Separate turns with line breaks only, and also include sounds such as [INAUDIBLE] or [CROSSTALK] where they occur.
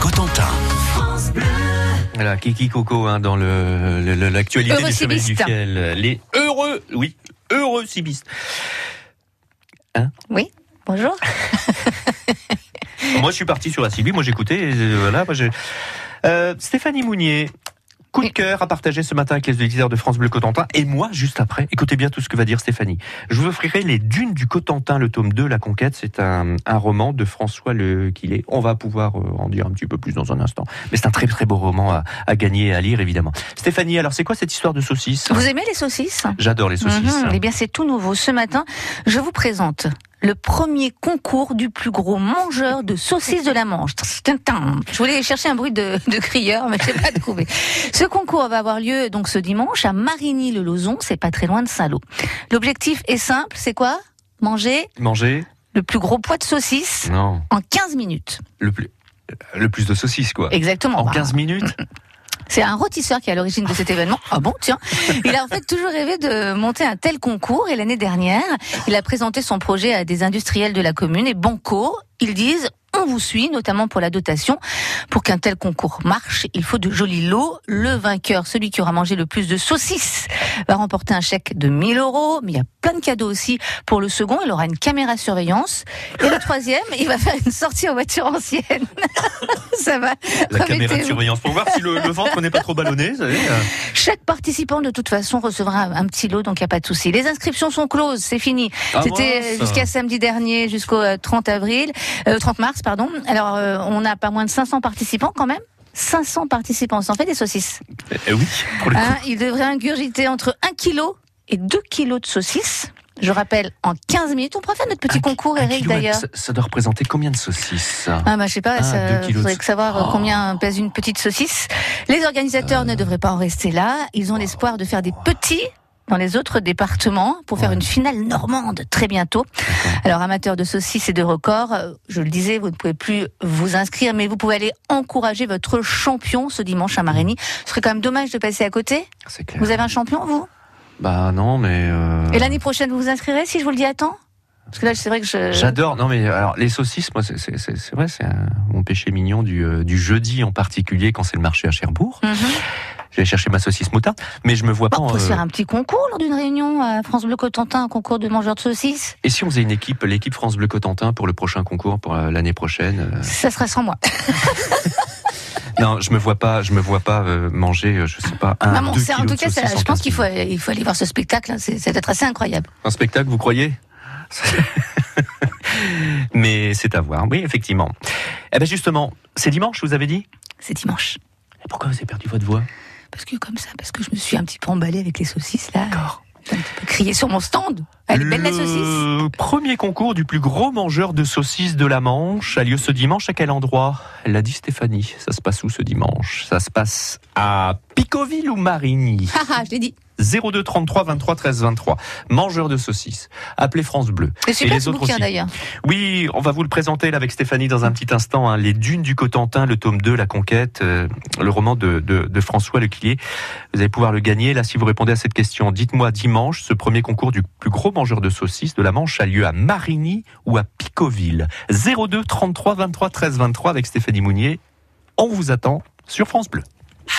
Cotentin.
Voilà, Kiki Coco hein, dans le- le- le- l'actualité
Heureux
des Chevaliers du
cibistes.
Ciel. Les heureux, oui, heureux cibistes.
Bonjour.
Moi, je suis parti sur la Cibi, moi j'écoutais, et, euh, voilà. moi, j'ai- Euh, Stéphanie Mounier, coup de
Oui.
cœur à partager ce matin avec les auditeurs de France Bleu Cotentin. Et moi, juste après, écoutez bien tout ce que va dire Stéphanie. Je vous offrirai Les Dunes du Cotentin, le tome 2, La Conquête. C'est un, un roman de François Le Quillet. On va pouvoir euh, en dire un petit peu plus dans un instant. Mais c'est un très très beau roman à, à gagner et à lire, évidemment. Stéphanie, alors c'est quoi cette histoire de saucisse
Vous aimez les saucisses
J'adore les saucisses. hein.
Mhm. Eh bien, c'est tout nouveau. Ce matin, je vous présente le premier concours du plus gros mangeur de saucisses de la Manche. Tintin. Je voulais chercher un bruit de, de crieur, mais je n'ai pas trouvé. Ce concours va avoir lieu donc ce dimanche à Marigny-le-Lozon. C'est pas très loin de Saint-Lô. L'objectif est simple. C'est quoi Manger
Manger
le plus gros poids de saucisses
Non.
en 15 minutes.
Le plus, le plus de saucisses, quoi.
Exactement.
En
Bah,
15 minutes
C'est un rôtisseur qui est à l'origine de cet événement. Ah bon, tiens. Il a en fait toujours rêvé de monter un tel concours et l'année dernière, il a présenté son projet à des industriels de la commune et Banco, ils disent on vous suit, notamment pour la dotation. Pour qu'un tel concours marche, il faut de jolis lots. Le vainqueur, celui qui aura mangé le plus de saucisses, va remporter un chèque de 1000 euros. Mais il y a plein de cadeaux aussi pour le second. Il aura une caméra surveillance. Et le troisième, il va faire une sortie en voiture ancienne. [LAUGHS] Ça va.
La caméra de
Remettez-vous.
surveillance pour voir si le, le ventre n'est pas trop ballonné. Vous savez,
Ah,
euh.
Chaque participant, de toute façon, recevra un un petit lot, donc il n'y a pas de souci. Les inscriptions sont closes, c'est fini.
Ah,
C'était
mince.
jusqu'à samedi dernier, jusqu'au euh, 30 avril, euh, 30 mars, pardon. Alors, euh, on a pas moins de 500 participants quand même. 500 participants, ça en fait des saucisses.
Eh oui, pour le coup.
Hein, ils devraient ingurgiter entre 1 kg et 2 kg de saucisses. Je rappelle, en 15 minutes, on pourrait faire notre petit
Un ki-
concours,
un
Eric,
kilo,
d'ailleurs.
Ça, ça doit représenter combien de saucisses ça
Ah bah je sais pas,
Ah, deux
ça,
kilos de
faudrait
sau-
que savoir euh,
Oh. Euh.
combien pèse une petite saucisse. Les organisateurs ne devraient pas en rester là. Ils ont l'espoir de faire des petits dans les autres départements pour faire
Ouais.
une finale normande très bientôt. Alors amateurs de saucisses et de records, euh, je le disais, vous ne pouvez plus vous inscrire, mais vous pouvez aller encourager votre champion ce dimanche à Marigny. Ce serait quand même dommage de passer à côté.
C'est clair.
Vous avez un champion, vous
Bah non, mais. euh,
Et l'année prochaine, vous vous inscrirez si je vous le dis à temps Parce que là, c'est vrai que je...
J'adore. Non, mais alors, les saucisses, moi, c'est- c'est c'est- c'est vrai, c'est un- mon péché mignon du, euh, du jeudi en particulier quand c'est le marché à Cherbourg.
Mhm.
Je vais chercher ma saucisse moutarde, mais je me vois pas.
Bon, Bah, on
en,
peut se
euh,
faire un petit concours lors d'une réunion à France Bleu Cotentin, un concours de mangeurs de saucisses.
euh, Et si on faisait une équipe, l'équipe France Bleu Cotentin pour le prochain concours, pour euh, l'année prochaine euh,
Ça serait sans moi.
Non, je me vois pas, je me vois pas euh, manger, euh, je sais pas, un,
[LAUGHS] Maman,
deux
c'est- en
kilos
tout
de
cas, ça-
saucisses
je
en
pense
15
qu'il faut, il faut aller voir ce spectacle. hein. C'est ça doit être assez incroyable.
Un spectacle, vous croyez [LAUGHS] Mais c'est à voir, oui, effectivement. Eh bien, justement, c'est dimanche, vous avez dit
C'est dimanche.
Pourquoi vous avez perdu votre voix
Parce que comme ça, parce que je me suis un petit peu emballée avec les saucisses là. J'ai un petit peu crié sur mon stand. Elle est belle la saucisse. [LAUGHS]
Le premier concours du plus gros mangeur de saucisses de la Manche a lieu ce dimanche à quel endroit Elle l'a dit Stéphanie. Ça se passe où ce dimanche Ça se passe à Picoville ou Marigny
Haha, Ah, je l'ai dit.
02 33 23 13 23. Mangeur de saucisses. Appelez France Bleu.
C'est super
les
ce
autres
bouquin
aussi.
d'ailleurs.
Oui, on va vous le présenter là, avec Stéphanie dans un petit instant. hein. Les Dunes du Cotentin, le tome 2, La Conquête, euh, le roman de, de, de François Lequillier. Vous allez pouvoir le gagner. Là, si vous répondez à cette question, dites-moi dimanche, ce premier concours du plus gros mangeur de saucisses de la Manche a lieu à Marigny ou à Picoville. 02 33 23 13 23 avec Stéphanie Mounier. On vous attend sur France Bleu.